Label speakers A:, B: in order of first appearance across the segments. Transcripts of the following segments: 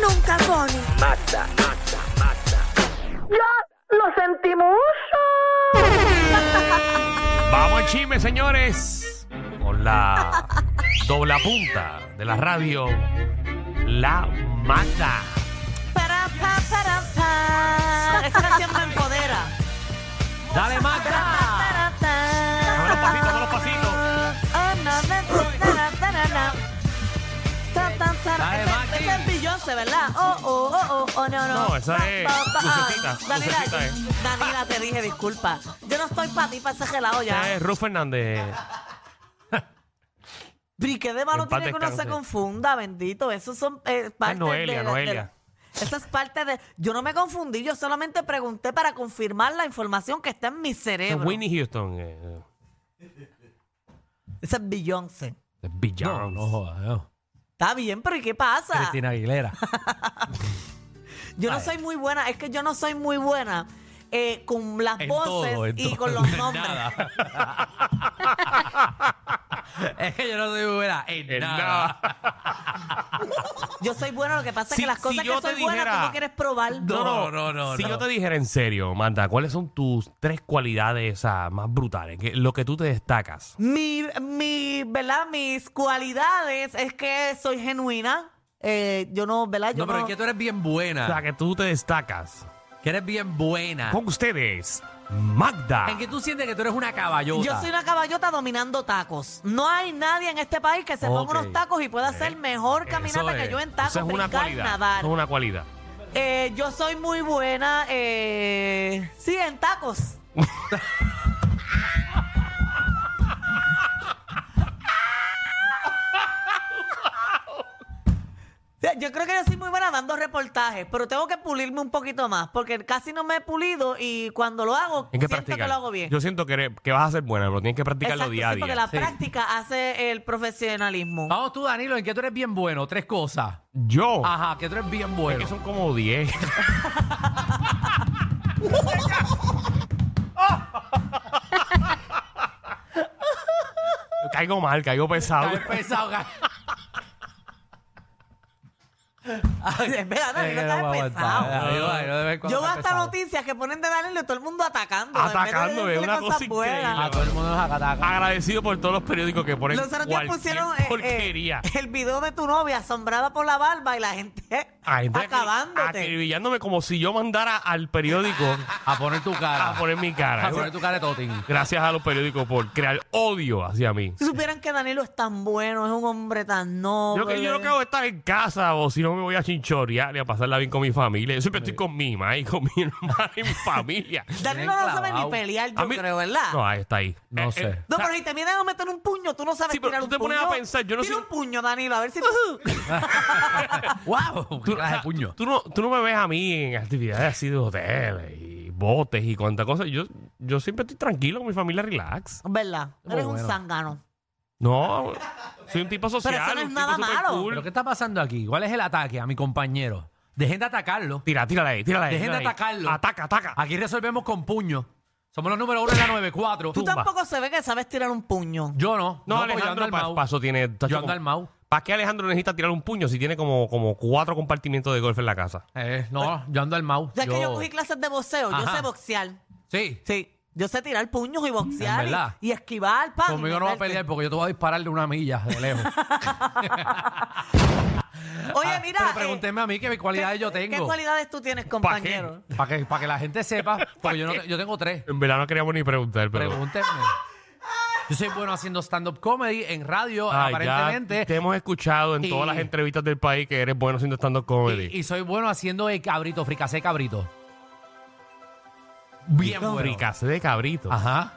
A: Mata Bunny.
B: Mata, mata, mata.
C: ¡Ya lo sentimos!
B: Vamos al chisme, señores. Con la dobla punta de la radio. La mata.
A: Para, pa, para, pa. Esa canción me empodera.
B: Dale, mata.
A: Para,
B: Dame los
A: ta.
B: pasitos, dame los pasitos.
A: Oh, no, me- tara, tara, na. Ta, ta, tara.
B: Dale,
A: Ese-
B: Maki.
A: ese es Beyoncé, ¿verdad? Oh, oh, oh, oh, oh, no, no.
B: No, esa
A: Pa,
B: es
A: pa, pa, ah,
B: Lucecita,
A: Danila,
B: Lucecita eh. es.
A: Danila, te dije, disculpa. Yo no estoy para ti, para ese gelado ya. Eh,
B: Esta es Eh, Ruth Fernández.
A: Pero ¿y qué de malo
B: En paz
A: tiene que uno se
B: descanse.
A: confunda, bendito? Eso son eh, parte
B: Noelia,
A: de, la-
B: Noelia.
A: de la- Eso es parte de... Yo no me confundí, yo solamente pregunté para confirmar la información que está en mi
B: Esta es
A: cerebro.
B: Winnie Houston. eh,
A: Esa es Beyoncé.
B: de Beyoncé.
D: No, no jodas, no.
A: Está bien, pero ¿y qué pasa?
D: Cristina Aguilera.
A: Yo no soy muy buena, es que yo no soy muy buena eh, con las
D: En
A: voces
D: todo, en
A: y
D: todo,
A: con los
D: en
A: nombres.
D: nada. es que yo no soy buena en,
B: En
D: nada.
B: nada.
A: Yo soy buena, lo que pasa es
B: Si-
A: que las
B: si
A: cosas
B: yo
A: que
B: te
A: soy buena tú
B: dijera-
A: no quieres probar.
D: No, no, no, no.
B: Si yo te dijera en serio, Manda, ¿cuáles son tus tres cualidades esas más brutales? Que- lo que tú te destacas.
A: Mi, mi, ¿verdad? Mis cualidades es que soy genuina. Eh, yo no, ¿verdad? Yo
D: No, pero es que tú eres bien
B: O sea,
D: buena.
B: que tú te destacas.
D: Que eres bien
A: Ah.
D: buena.
B: Con ustedes, Magda.
D: En que tú sientes que tú eres una caballota.
A: Yo soy una caballota dominando tacos. No hay nadie en este país que se
D: Ok.
A: ponga unos tacos y pueda hacer mejor caminata
D: es.
A: que yo en
B: Eso
A: tacos,
B: es una
A: brincar,
B: cualidad.
A: nadar.
B: Eso es una cualidad.
A: Eh, yo soy muy buena, eh, sí, en tacos. Sí, Yo creo que yo soy muy buena dando reportajes, pero tengo que pulirme un poquito más, porque casi no me he pulido y cuando lo hago,
B: Hay que
A: siento
B: practicar.
A: que lo hago bien.
B: Yo siento que, eres- que vas a ser buena, pero tienes que practicarlo
A: Exacto,
B: día a
A: sí, porque
B: día.
A: la práctica hace el profesionalismo.
D: Vamos tú, Danilo, en que tú eres bien bueno. Tres cosas.
B: Yo.
A: Ah.
D: Ajá, que tú eres bien
B: Oh. Es
D: bueno.
B: que son como 10. caigo mal, caigo pesado.
D: Haber pensado que-
A: Espera, Danilo,
D: Ay, que no
A: estás
D: voy a
A: pesado.
D: aguantar. Ay, ay, no, de vez en cuando
A: Yo veo
D: está
A: hasta
D: pesado.
A: noticias que ponen de Danilo y todo el mundo atacando.
B: Atacando,
A: en vez de
B: es una
A: decirle cosas
B: cosa
A: buenas.
D: A Ah, todo el mundo nos ataca.
B: Agradecido por todos los periódicos que ponen
A: Los otros días
B: cualquier
A: pusieron eh, eh,
B: porquería.
A: el video de tu novia asombrada por la barba y la gente,
B: Ay, gente acri-
A: acabándote.
B: Ah, Acribillándome como si yo mandara al periódico
D: A poner tu cara.
B: Ah, a poner mi
D: A
B: cara.
D: poner tu cara de totín.
B: Gracias a los periódicos por crear odio hacia mí.
A: Si supieran que Danilo es tan bueno, es un hombre tan
B: Yo,
A: noble.
B: que, yo lo que hago es estar en casa o si no me voy a chinchorear y a pasarla bien con mi familia. Yo siempre estoy con mi mamá y con mi hermana y mi familia.
A: Danilo no sabe ni
D: clavado.
A: pelear,
B: A
A: yo
B: mí-
A: creo, ¿verdad?
B: No, ahí está ahí. Eh,
D: No sé.
A: No, pero si te vienen a meter un puño, tú no sabes
B: Sí, pero
A: tirar
B: tú
A: un
B: te pones a
A: puño.
B: pensar, yo no
A: Tira
B: soy-
A: un puño, Danilo, a ver si... tú-
D: ¡Wow!
B: Tú,
D: Tú de puño.
B: tú no, tú no me ves a mí en actividades así de hoteles y botes y cuanta cosa. Yo, yo siempre estoy tranquilo con mi familia, relax.
A: ¿Verdad?
D: Muy
A: Eres un
D: bueno.
A: zángano.
B: No, soy un tipo social,
A: eso no es
B: un
A: nada
B: tipo super
A: malo.
D: ¿Pero
B: cool.
D: qué está pasando aquí? ¿Cuál es el ataque a mi compañero? Dejen de atacarlo.
B: Tira, tírala ahí, tírala ahí.
D: Dejen de
B: tírala ahí.
D: atacarlo.
B: Ataca, ataca.
D: Aquí resolvemos con puño. Somos los número uno de la 94.
A: Tú
B: Tumba.
A: tampoco se ve que sabes tirar un puño.
D: Yo no. porque
B: No,
D: yo ando
B: Alejandro
D: al
B: pa-
D: Mau.
B: paso tiene.
D: Yo ando al Mau.
B: ¿Para qué Alejandro necesita tirar un puño si tiene como, como cuatro compartimientos de golf en la casa?
D: Eh, no,
B: Pues,
D: yo ando al Mau.
A: Ya que yo
D: Yo-
A: cogí clases de boxeo, yo
D: Ajá.
A: sé boxear.
D: Sí.
A: Sí. Yo sé tirar puños y boxear
D: En
A: y-
D: verdad.
A: y, esquivar, pan.
D: Conmigo no va a pelear porque yo te voy a disparar de una milla de lejos.
A: Oye,
D: Ah,
A: mira.
D: Pero
A: eh,
D: pregúnteme a mí qué cualidades yo
A: ¿Qué
D: tengo.
A: cualidades tú tienes, compañero?
D: Para que, para que la gente sepa. Porque yo, no te- yo tengo tres.
B: En verdad no queríamos ni preguntar, pero.
D: Pregúntenme. Yo soy bueno haciendo stand-up comedy en radio,
B: Ay, Ah, ya te
D: aparentemente.
B: hemos escuchado en
D: Y-
B: todas las entrevistas del país que eres bueno haciendo stand-up comedy.
D: Y, y soy bueno haciendo el cabrito, fricasé cabrito. Bien bueno. Ah.
B: Fricase de cabrito.
D: Ajá.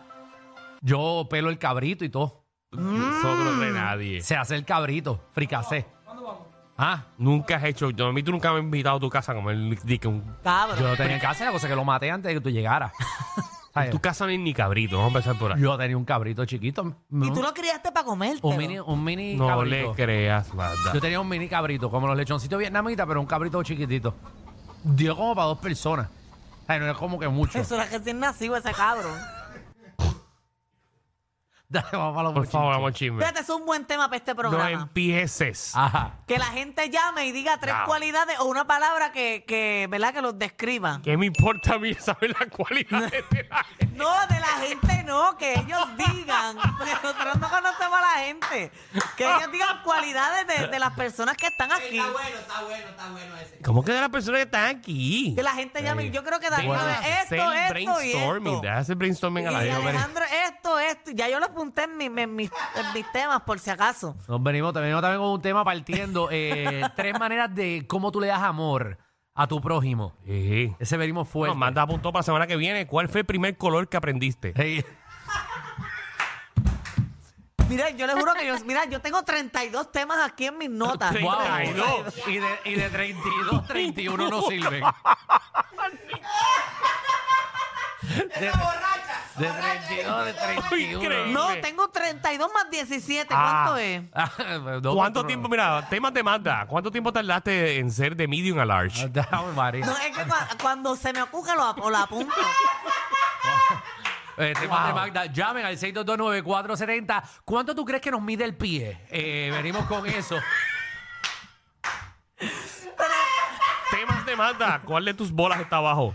D: Yo pelo el cabrito y todo.
B: Nosotros de nadie.
D: Se hace el cabrito, fricasé. ¿Cuándo vamos? Ah,
B: Nunca has hecho. yo- A mí tú nunca me has invitado a tu casa a comer ni- ni que un-
A: Cabrón.
D: yo lo tenía en casa, la cosa es que lo maté antes de que tú llegaras.
B: En tu casa no hay ni cabrito. Vamos a empezar por ahí.
D: Yo tenía un cabrito chiquito.
A: Y tú lo criaste para comerte.
D: Un mini, un mini
B: No
D: cabrito.
B: le creas, Magda.
D: Yo tenía un mini cabrito, como los lechoncitos vietnamitas, pero un cabrito chiquitito. Dio como para dos personas. Ay, no es como que mucho.
A: Eso era recién nacido ese cabrón.
D: Dale, vamos a los
B: Por
D: bochinches.
B: favor, vamos al chisme.
A: Fíjate, es un buen tema para este
B: No
A: programa.
B: empieces.
D: Ajá.
A: Que la gente llame y diga tres
B: Ya.
A: cualidades o una palabra que, que ¿verdad? Que los describa.
B: ¿Qué me importa a mí saber las cualidades de este la gente?
A: No, de la gente no, que ellos digan, porque nosotros no conocemos a la gente. Que ellos digan cualidades de, de las personas que están aquí.
B: ¿Cómo que de las personas que están aquí?
A: Que la gente llame. Yo creo que Danilo
B: Bueno,
A: es esto, esto
B: hacer
A: y
B: brainstorming.
A: esto.
B: Deja hacer brainstorming a
A: Y
B: la gente.
A: Alejandro, esto, esto. Ya yo lo apunté en, mi- en mis, en mis temas, por si acaso.
D: Nos venimos, te venimos también con un tema partiendo. eh, tres maneras de cómo tú le das amor a tu prójimo.
B: Sí.
D: Ese venimos
B: Bueno,
D: fuerte.
B: manda apuntó para la semana que viene. ¿Cuál fue el primer color que aprendiste?
D: Ey,
A: Mira, yo les juro que yo, mira, yo tengo 32 temas aquí en mis notas.
D: wow.
B: 32.
D: Y de, y de 32, 31 no sirven. De, de 32, de 31.
B: Increíble.
A: No, tengo 32 más 17.
B: Ah.
A: ¿Cuánto es?
D: Ah, no,
B: ¿Cuánto
D: no.
B: tiempo, mira, temas de Magda, ¿cuánto tiempo tardaste en ser de medium a large?
D: Ave María.
A: No, es que cua- cuando se me ocurre lo, ap- lo apunto.
D: Eh, tema de Magda, llamen al 6229470. ¿Cuánto tú crees que nos mide el pie? Eh, venimos con eso.
B: Temas de Magda, ¿cuál de tus bolas está abajo?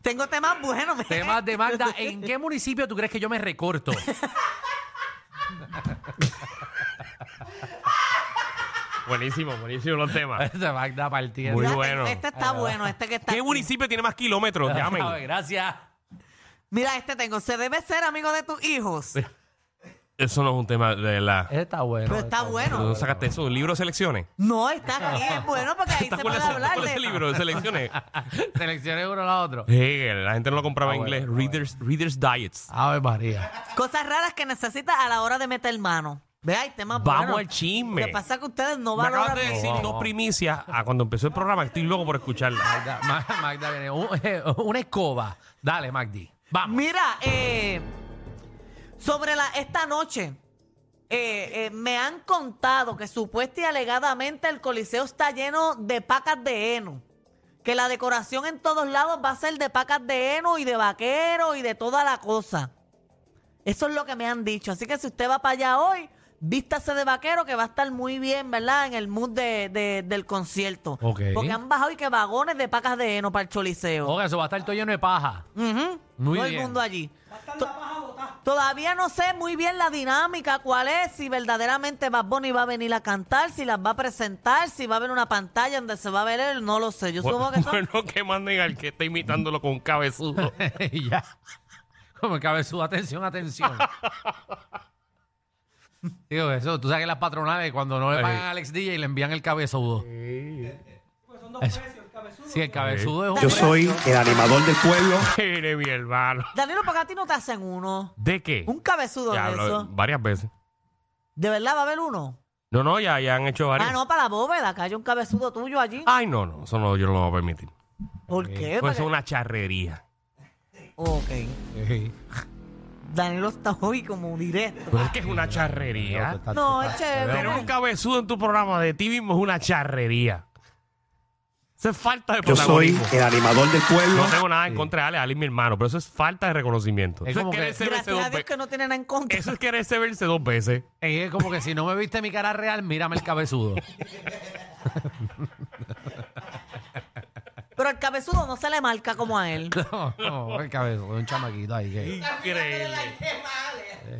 A: Tengo temas buenos. mira.
D: Temas de Magda, ¿en qué municipio tú crees que yo me recorto?
B: buenísimo, buenísimo los temas.
D: De Magda partiendo.
B: Muy
A: Mira,
B: bueno.
A: Este está bueno, este que está.
B: ¿Qué
A: aquí.
B: municipio tiene más kilómetros?
D: A ver,
B: Llamen.
D: Gracias.
A: Mira, este tengo. Se debe ser amigo de tus hijos.
B: Eso no es un tema de la...
D: Ese Está bueno.
A: Pero está bueno.
B: ¿Dónde sacaste eso? ¿Un libro de selecciones?
A: No, está aquí. Es bueno porque ahí se puede
B: ¿Cuál es-
A: hablar
B: cuál es el
A: de.
B: libro de selecciones?
D: Seleccioné uno a la otro.
B: Hegel, la gente no lo compraba
D: Ah,
B: en
D: bueno,
B: inglés.
D: ah,
B: Readers, Readers Diets.
D: Ave María.
A: Cosas raras que necesitas a la hora de meter mano. Ve, hay temas
B: Vamos
A: buenos.
B: al chisme.
A: Lo que pasa es que ustedes no
B: Me
A: valoran.
B: acabas de decir
D: vamos.
B: dos primicias a cuando empezó el programa. Estoy loco por
A: Ah,
B: escucharla.
D: Magda, Ma- Magda viene. Un- eh, una escoba. Dale, Magdi. Vamos.
A: Mira, eh, sobre la, esta noche, eh, eh, me han contado que supuesta y alegadamente el Coliseo está lleno de pacas de heno. Que la decoración en todos lados va a ser de pacas de heno y de vaquero y de toda la cosa. Eso es lo que me han dicho. Así que si usted va para allá hoy, vístase de vaquero que va a estar muy bien, ¿verdad? En el mood de- de- del concierto.
D: Ok.
A: Porque han bajado y que vagones de pacas de heno para el Choliseo.
D: Oiga, eso va a estar todo lleno de paja.
A: Ujú.
D: Muy
A: Todo el
D: bien.
A: mundo allí. To- Todavía no sé muy bien la dinámica, cuál es, si verdaderamente Bad Bunny va a venir a cantar, si las va a presentar, si va a haber una pantalla donde se va a ver él, no lo sé. Yo
B: Bueno,
A: supongo que son-
B: bueno, que manden al que está imitándolo con un cabezudo.
D: Y ya. Como el cabezudo, atención, atención. Digo, eso, tú sabes que las patronales cuando no le
B: Ey.
D: pagan a Alex DJ le envían el cabezudo. Pues Eso. Sí, el cabezudo es un
C: Yo
D: precio.
C: soy el animador del pueblo.
B: Mire, mi hermano.
A: Danilo, ¿por qué a ti no te hacen uno?
B: ¿De qué?
A: Un cabezudo
B: Ya
A: de
B: hablo
A: eso.
B: varias veces.
A: ¿De verdad va a haber uno?
B: No, no, ya, ya han hecho varios.
A: Ah, no, para la bóveda, que haya un cabezudo tuyo allí.
B: Ay, no, no, eso no, yo no lo voy a permitir.
A: ¿Por qué?
B: Pues es
A: Porque-
B: una charrería.
A: Ok.
D: Ey.
A: Danilo está hoy como directo.
B: Pero Pues es que es una charrería.
D: Ah,
A: No, es
B: Tener un
A: chévere.
B: cabezudo en tu programa de ti mismo es una charrería. Eso es falta de
C: Yo soy
B: protagonismo.
C: el animador del pueblo.
B: No tengo nada en contra de Ale, Ale es mi hermano, pero eso es falta de reconocimiento.
D: Es
B: Eso es,
D: como que-
B: quererse verse
A: Gracias
B: dos
A: a Dios
B: veces.
A: que no tienen nada en contra.
B: Eso es quererse verse dos veces.
D: Ey, es como que si no me viste mi cara real, mírame el cabezudo.
A: Pero al cabezudo no se le marca como a él.
D: No, no, el cabezudo, un chamaquito ahí que.
B: Increíble.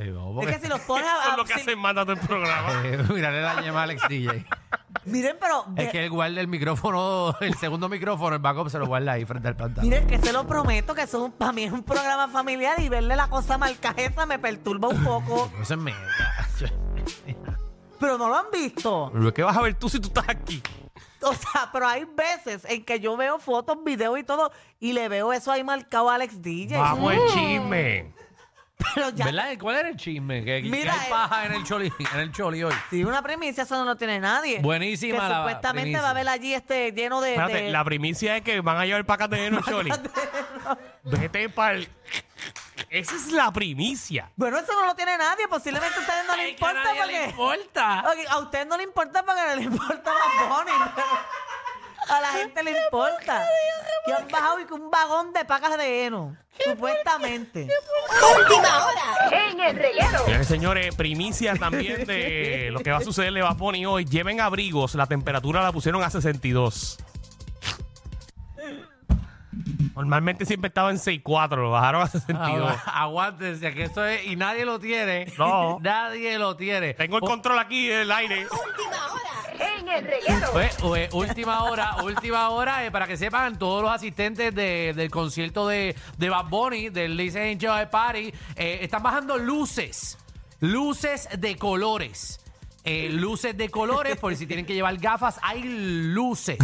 D: Ey, no,
A: Es
D: porque-
A: que si los pones a...
B: Eso es
A: a-
B: lo que
A: si-
B: hacen más el programa.
D: Eh, mírale la ñema a Alex DJ.
A: Miren, pero... de-
D: Es que él guarda el micrófono, el segundo micrófono, el backup se lo guarda ahí frente al pantano.
A: Miren, que se lo prometo que eso para mí es un programa familiar y verle la cosa marcajeta me perturba un poco.
D: No se me.
A: Pero no lo han visto.
B: Pero ¿Qué vas a ver tú si tú estás aquí?
A: O sea, pero hay veces en que yo veo fotos, videos y todo y le veo eso ahí marcado a Alex DJ.
B: Vamos el chisme.
A: Pero ya...
D: eh. ¿Verdad? ¿Cuál era el chisme? Que, que
A: Mira,
D: hay paja en el choli, en el choli hoy.
A: Si una premisa, eso no lo tiene nadie.
D: Buenísima
A: Que
D: la
A: supuestamente
D: primicia.
A: va a haber allí este lleno de...
B: Espérate,
A: de-
B: la primicia es que van a llevar pacas de heno, Choli. Vete para el... Esa es la primicia.
A: Bueno, eso no lo tiene nadie. Posiblemente a ustedes no les importa porque...
D: importa.
A: Ok, a usted no le importa porque no le importa Bad Bunny, pero A la gente le importa. Que han bajado y que un vagón de pacas de heno. Supuestamente.
E: Última hora en el reguero.
B: Señores, señores, primicia también de lo que va a sucederle a Bad Bunny hoy. Lleven abrigos, la temperatura la pusieron a 62. Normalmente siempre estaba en 64, lo bajaron a 62.
D: Agua- Aguántense, que eso es. Y nadie lo tiene.
B: No.
D: nadie lo tiene.
B: Tengo el control aquí del aire.
E: Última hora en el reguero.
D: Oye, oye, Pues, última hora, última hora, eh, para que sepan todos los asistentes de- del concierto de, de Bad Bunny, del Listen Joy Party, eh, están bajando luces, luces de colores, eh, luces de colores, por si tienen que llevar gafas, hay luces.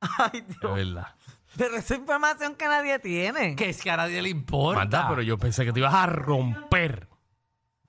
A: Ay, Dios.
B: verdad.
A: Pero esa información que nadie tiene.
D: Que es que a nadie le importa.
B: Manda, pero yo pensé que te ibas a romper.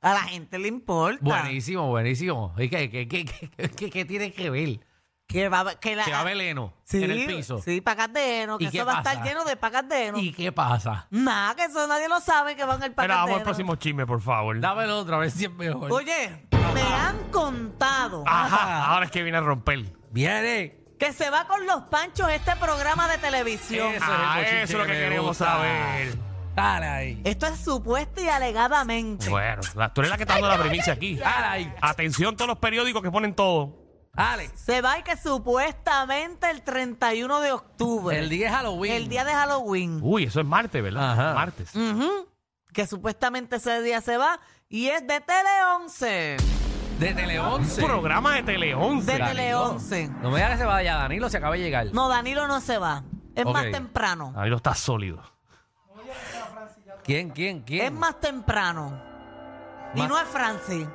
A: A la gente le importa.
D: Buenísimo, buenísimo. ¿Y qué, qué- qué- qué- qué- qué tiene que ver?
A: Que va, que la,
D: Que va Beleno en el piso.
A: Sí, pacas de heno.
D: ¿Y
A: Que
D: qué
A: eso va a estar
D: pasa?
A: lleno de pacas de heno.
D: ¿Y qué pasa?
A: Nada, que eso nadie lo sabe que van el
B: Pero
A: pacas de
B: vamos al
A: heno.
B: próximo chisme, por favor.
D: Dámelo otra vez si es mejor.
A: Oye, me han contado
D: Ah.
B: Ajá, ahora es que viene a romper.
D: viene.
A: que se va con los panchos este programa de televisión.
D: Eso es el
B: Ah,
D: bochinche
B: eso es lo
D: que
B: que
D: me
B: queremos
D: gusta.
B: saber.
D: Dale ahí.
A: Esto es supuesto y alegadamente.
B: Bueno, la- tú eres la que está dando la primicia aquí.
D: Dale ahí.
B: Atención todos los periódicos que ponen todo.
D: Dale.
A: Se va y que supuestamente el 31 de octubre,
D: El día es Halloween.
A: el día de Halloween,
B: Uy, eso es martes, ¿verdad?
D: Ajá.
B: Martes.
A: Ujú. que supuestamente ese día se va y es de Tele 11.
D: de Tele 11.
B: Programa de Tele 11.
A: De Ah, Tele 11.
D: No me digas que se vaya Danilo, se acaba de llegar.
A: No, Danilo no se va. Es
D: Ok.
A: más temprano.
B: Ahí lo está sólido.
D: ¿Quién, quién, quién?
A: Es más temprano. Y
D: Más-
A: no es Francis.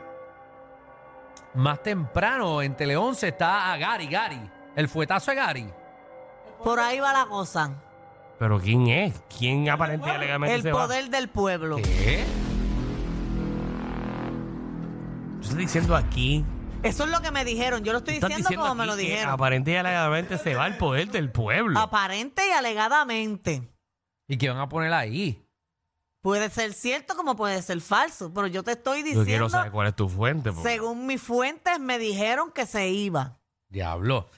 D: Más temprano en Tele 11 está a Gary, Gary. El fuetazo de Gary.
A: Por ahí va la cosa.
B: Pero ¿quién es? ¿Quién aparente legalmente
A: El
B: se
A: poder del pueblo.
D: ¿Qué?
B: va? Yo estoy diciendo aquí.
A: Eso es lo que me dijeron. Yo lo estoy
B: Estás
A: diciendo,
B: diciendo
A: como me
B: aquí
A: lo
B: que
A: dijeron. Ah, pues,
B: Aparente y alegadamente se va el poder del pueblo.
A: Aparente y alegadamente.
D: ¿Y qué van a poner ahí?
A: Puede ser cierto como puede ser falso. Pero yo te estoy
B: Yo quiero
A: diciendo,
B: saber cuál es tu fuente. porque-
A: según mis fuentes, me dijeron que se iba.
D: Diablo.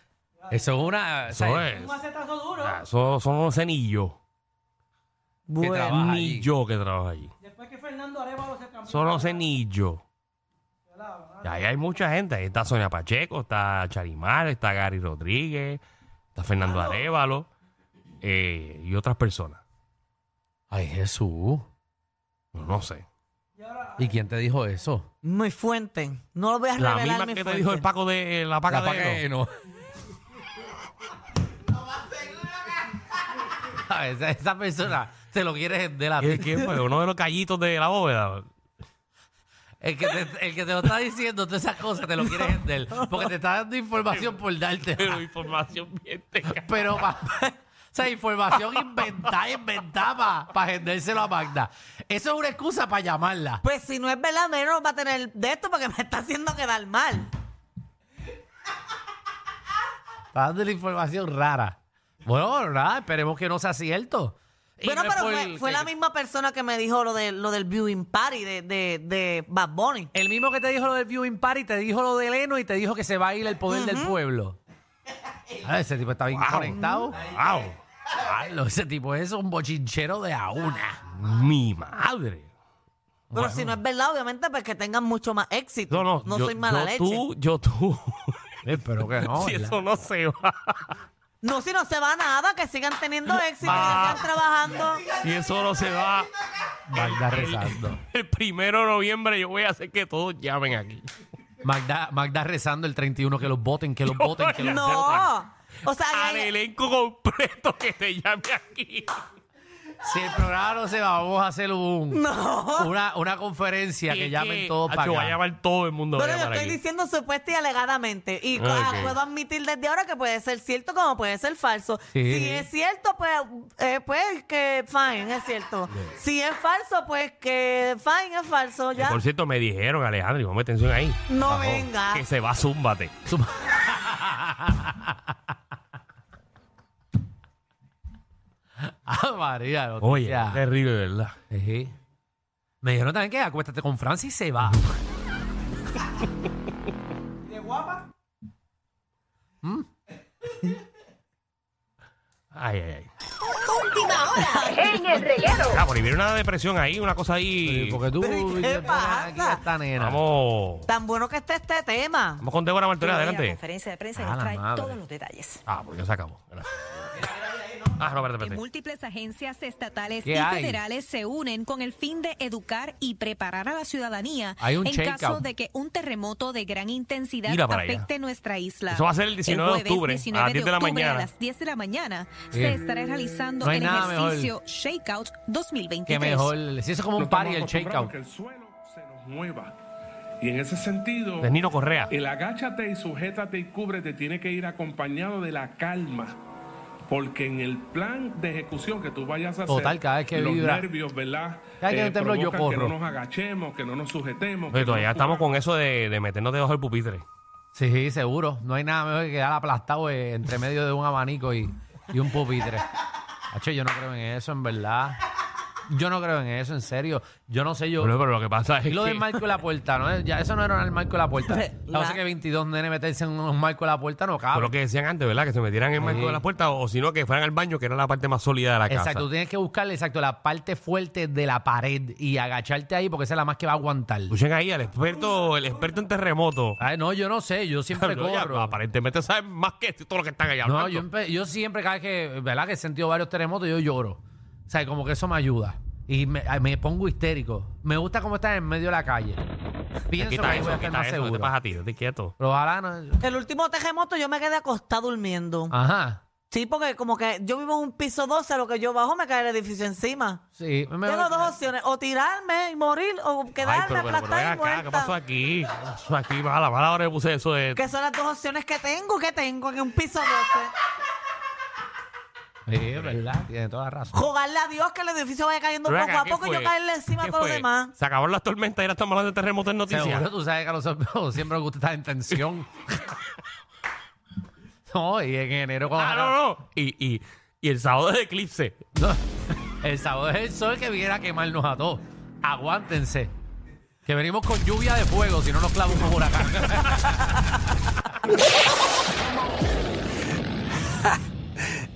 D: Eso es una. o sea,
B: Eso es. Ah, Eso son no sé ni yo.
A: Bueno,
D: trabajo. Trabaja
B: ni
D: allí.
B: yo que trabajo allí. Después que Fernando Arevalo se Eso no sé ni yo. Y Ahí hay mucha gente. Ahí está Sonia Pacheco, está Charimar, está Gary Rodríguez, está Fernando Arevalo eh, y otras personas.
D: Ay, Jesús.
B: No, no sé.
D: ¿Y quién te dijo eso?
A: mi fuente. No lo voy a
B: La
A: revelar.
B: misma
A: mi
B: que te
A: fuente.
B: dijo el Paco de la Paca
D: La pa'
B: de
D: que no. A ver, esa, esa persona te lo quiere de la
B: ¿Y el quién fue? Uno de los callitos de la bóveda.
D: El que, te, el que te lo está diciendo todas esas cosas te lo quiere vender. Porque te está dando información por darte.
B: Pero información bien teca.
D: Pero, pa- o sea, información inventada, inventada para vendérselo a Magda. Eso es una excusa para llamarla.
A: Pues si no es verdad, menos va a tener de esto porque me está haciendo quedar mal.
D: Está dando la información rara. Bueno, nada, esperemos que no sea cierto. Y
A: bueno,
D: no es
A: pero
D: por-
A: fue, fue
D: que-
A: la misma persona que me dijo lo, de, lo del viewing party de, de, de Bad Bunny.
D: El mismo que te dijo lo del viewing party, te dijo lo del Eno y te dijo que se va a ir el poder del pueblo. Ah, ese tipo está bien conectado.
B: ¡Wow!
D: Carlos, ese tipo es un bochinchero de a una.
B: ¡Mi madre!
A: Pero si no es verdad, obviamente, pues que tengan mucho más éxito.
B: No, no, yo,
A: soy mala
B: yo
A: leche.
B: tú, yo tú.
D: Espero que no.
B: si
D: ¿verdad?
B: eso no se va.
A: No, si no se va nada, que sigan teniendo éxito,
B: Ah.
A: que sigan trabajando.
B: Si eso no se va.
D: Magda rezando.
B: El primero de noviembre yo voy a hacer que todos llamen aquí.
D: Magda, Magda rezando el 31, que los voten, que los voten, que los voten.
A: No. O sea,
B: Al
A: ya-
B: elenco completo que te llame aquí.
D: Si el programa no se va, vamos a hacer un, una, una conferencia
B: Y
D: que
B: es
D: llamen todos
B: acho,
D: para
B: va a
D: acá.
B: llamar todo el mundo. va a
A: pero yo
B: llamar
A: estoy
B: aquí.
A: diciendo supuesta y alegadamente. Y
B: Ok.
A: ah, puedo admitir desde ahora que puede ser cierto como puede ser falso.
D: Sí.
A: Si es cierto, pues, eh, pues que fine, es cierto. Si es falso, pues que fine, es falso.
B: Que,
A: Ya.
B: Eh, Por cierto, me dijeron, Alejandro, y ponme atención ahí.
A: No
B: Bajo,
A: venga.
B: Que se va, zúmbate.
D: Ah, María, no te-
B: Oye,
D: ya.
B: terrible, ¿verdad?
D: Ejé. Me dijeron también que acuéstate con Francis y se va. ¿De guapa?
B: Ay, ay, ay.
E: Última hora en el reguero.
B: Ah, por ahí viene una depresión ahí, una cosa ahí.
D: Porque tú.
A: Pero, ¿y qué
D: yo tengo
A: pasa?
D: aquí a esta nena.
B: Vamos.
A: Tan bueno que está este tema.
B: Vamos con Débora Martorell,
F: Hoy La
B: adelante.
F: conferencia de prensa
D: Ah,
F: nos
D: la
F: trae
D: madre.
F: todos los detalles.
B: Ah, pues ya se acabó. Gracias. Ah, no, espérate,
G: En
B: espérate.
G: múltiples agencias estatales
D: ¿Qué
G: y
D: hay?
G: federales se unen con el fin de educar y preparar a la ciudadanía
D: Hay un
G: en
D: shake-out.
G: caso de que un terremoto de gran intensidad
B: Mira para allá.
G: afecte nuestra isla.
B: Eso va a ser el 19 de
G: jueves
B: octubre, a las
G: 19
B: 10 de la
G: octubre
B: mañana. Eh.
G: A las 10 de la mañana
D: Bien.
G: se estará realizando
D: No hay
G: el
D: nada mejor.
G: ejercicio Shakeout
D: Qué
G: 2023.
D: mejor. Si eso es como un party, el shakeout.
H: Que el suelo se nos mueva. Y en ese sentido,
B: De Nino Correa.
D: Eh,
H: el agáchate y sujétate y cúbrete tiene que ir acompañado de la calma. Porque en el plan de ejecución que tú vayas a hacer,
D: Total, cada vez que
H: los
D: vibra.
H: nervios, ¿verdad?
D: Cada que hay un temblor, yo
H: provocan
D: corro.
H: Que no nos agachemos, que no nos sujetemos.
B: Oye,
H: que no
B: todavía
H: nos
B: estamos
H: cubramos.
B: con eso de, de meternos debajo del pupitre.
D: Sí, seguro. No hay nada mejor que quedar aplastado eh, entre medio de un abanico y, y un pupitre. Hacho, yo no creo en eso, en verdad. Yo no creo en eso, en serio. Yo no sé, yo.
B: Pero, pero lo que pasa es
D: Y lo
B: que...
D: del marco de la puerta, ¿no? Ya, eso no era el marco de la puerta. La cosa es que 22 nenes meterse en un marco de la puerta no
B: Fue
D: cabe.
B: lo que decían antes, ¿verdad? Que se metieran en el marco
D: Sí.
B: de la puerta o, o si no, que fueran al baño, que era la parte más sólida de la casa.
D: Exacto, tú tienes que buscarle exacto la parte fuerte de la pared y agacharte ahí porque esa es la más que va a aguantar.
B: Escuchen ahí al experto, el experto en terremoto.
D: Ay, no, yo no sé, yo siempre
B: Pero ya,
D: corro.
B: aparentemente saben más que todos los que están allá
D: No, yo,
B: hablando.
D: empe- yo siempre cada vez que, ¿verdad? Que he sentido varios terremotos, yo lloro. O sea, como que eso me ayuda. Y me, ay, me pongo histérico. Me gusta cómo estás en medio de la calle. Pienso
B: Aquí
D: que
B: está
D: ahí
B: eso,
D: voy a
B: aquí
D: estar
B: está
D: más
B: eso. No te
D: seguro.
B: pasa a ti, no te quieto.
D: Pero ojalá no...
A: El último terremoto yo me quedé acostada durmiendo.
B: Ah.
D: Ajá.
A: Sí, porque como que yo vivo en un piso 12, a lo que yo bajo me cae el edificio encima.
D: Sí. me-
A: Tengo dos opciones, o tirarme y morir, o
B: eh. Ay,
A: quedarme
B: pero, pero, pero ven
A: aplastada y
B: acá, ¿qué pasó
A: muerta.
B: aquí? ¿Qué pasó aquí? Mala, mala hora le puse eso de...
A: Que son las dos opciones que tengo, que tengo en un piso 12.
D: Sí, es verdad. Tiene toda la razón.
A: Jugarle a Dios que el edificio vaya cayendo
B: Pero ven
A: poco
B: acá,
A: a
B: ¿qué
A: poco y
B: fue?
A: yo caerle encima a
B: ¿Qué
A: todos los
B: fue?
A: demás.
B: Se acabaron las tormentas y ahora estamos hablando de terremoto en noticias.
D: Seguro tú sabes que a los hombres siempre nos gusta estar en tensión. no, y en enero cuando...
B: Ah, no, no. Y, y, y el sábado de eclipse.
D: No, El sábado es el sol que viene a quemarnos a todos. Aguántense. Que venimos con lluvia de fuego, si no nos clavamos por acá.